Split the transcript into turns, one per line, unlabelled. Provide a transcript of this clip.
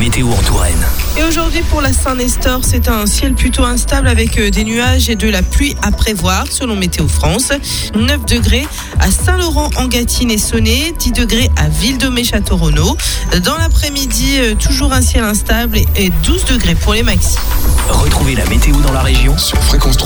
météo en Touraine.
Et aujourd'hui pour la Saint-Nestor, c'est un ciel plutôt instable avec euh, des nuages et de la pluie à prévoir selon Météo France. 9 degrés à Saint-Laurent en Gâtine et Saunay, 10 degrés à Ville-de-Mé-Château-Renaud. Dans l'après-midi, euh, toujours un ciel instable et- et 12 degrés pour les maxis.
Retrouvez la météo dans la région
sur fréquence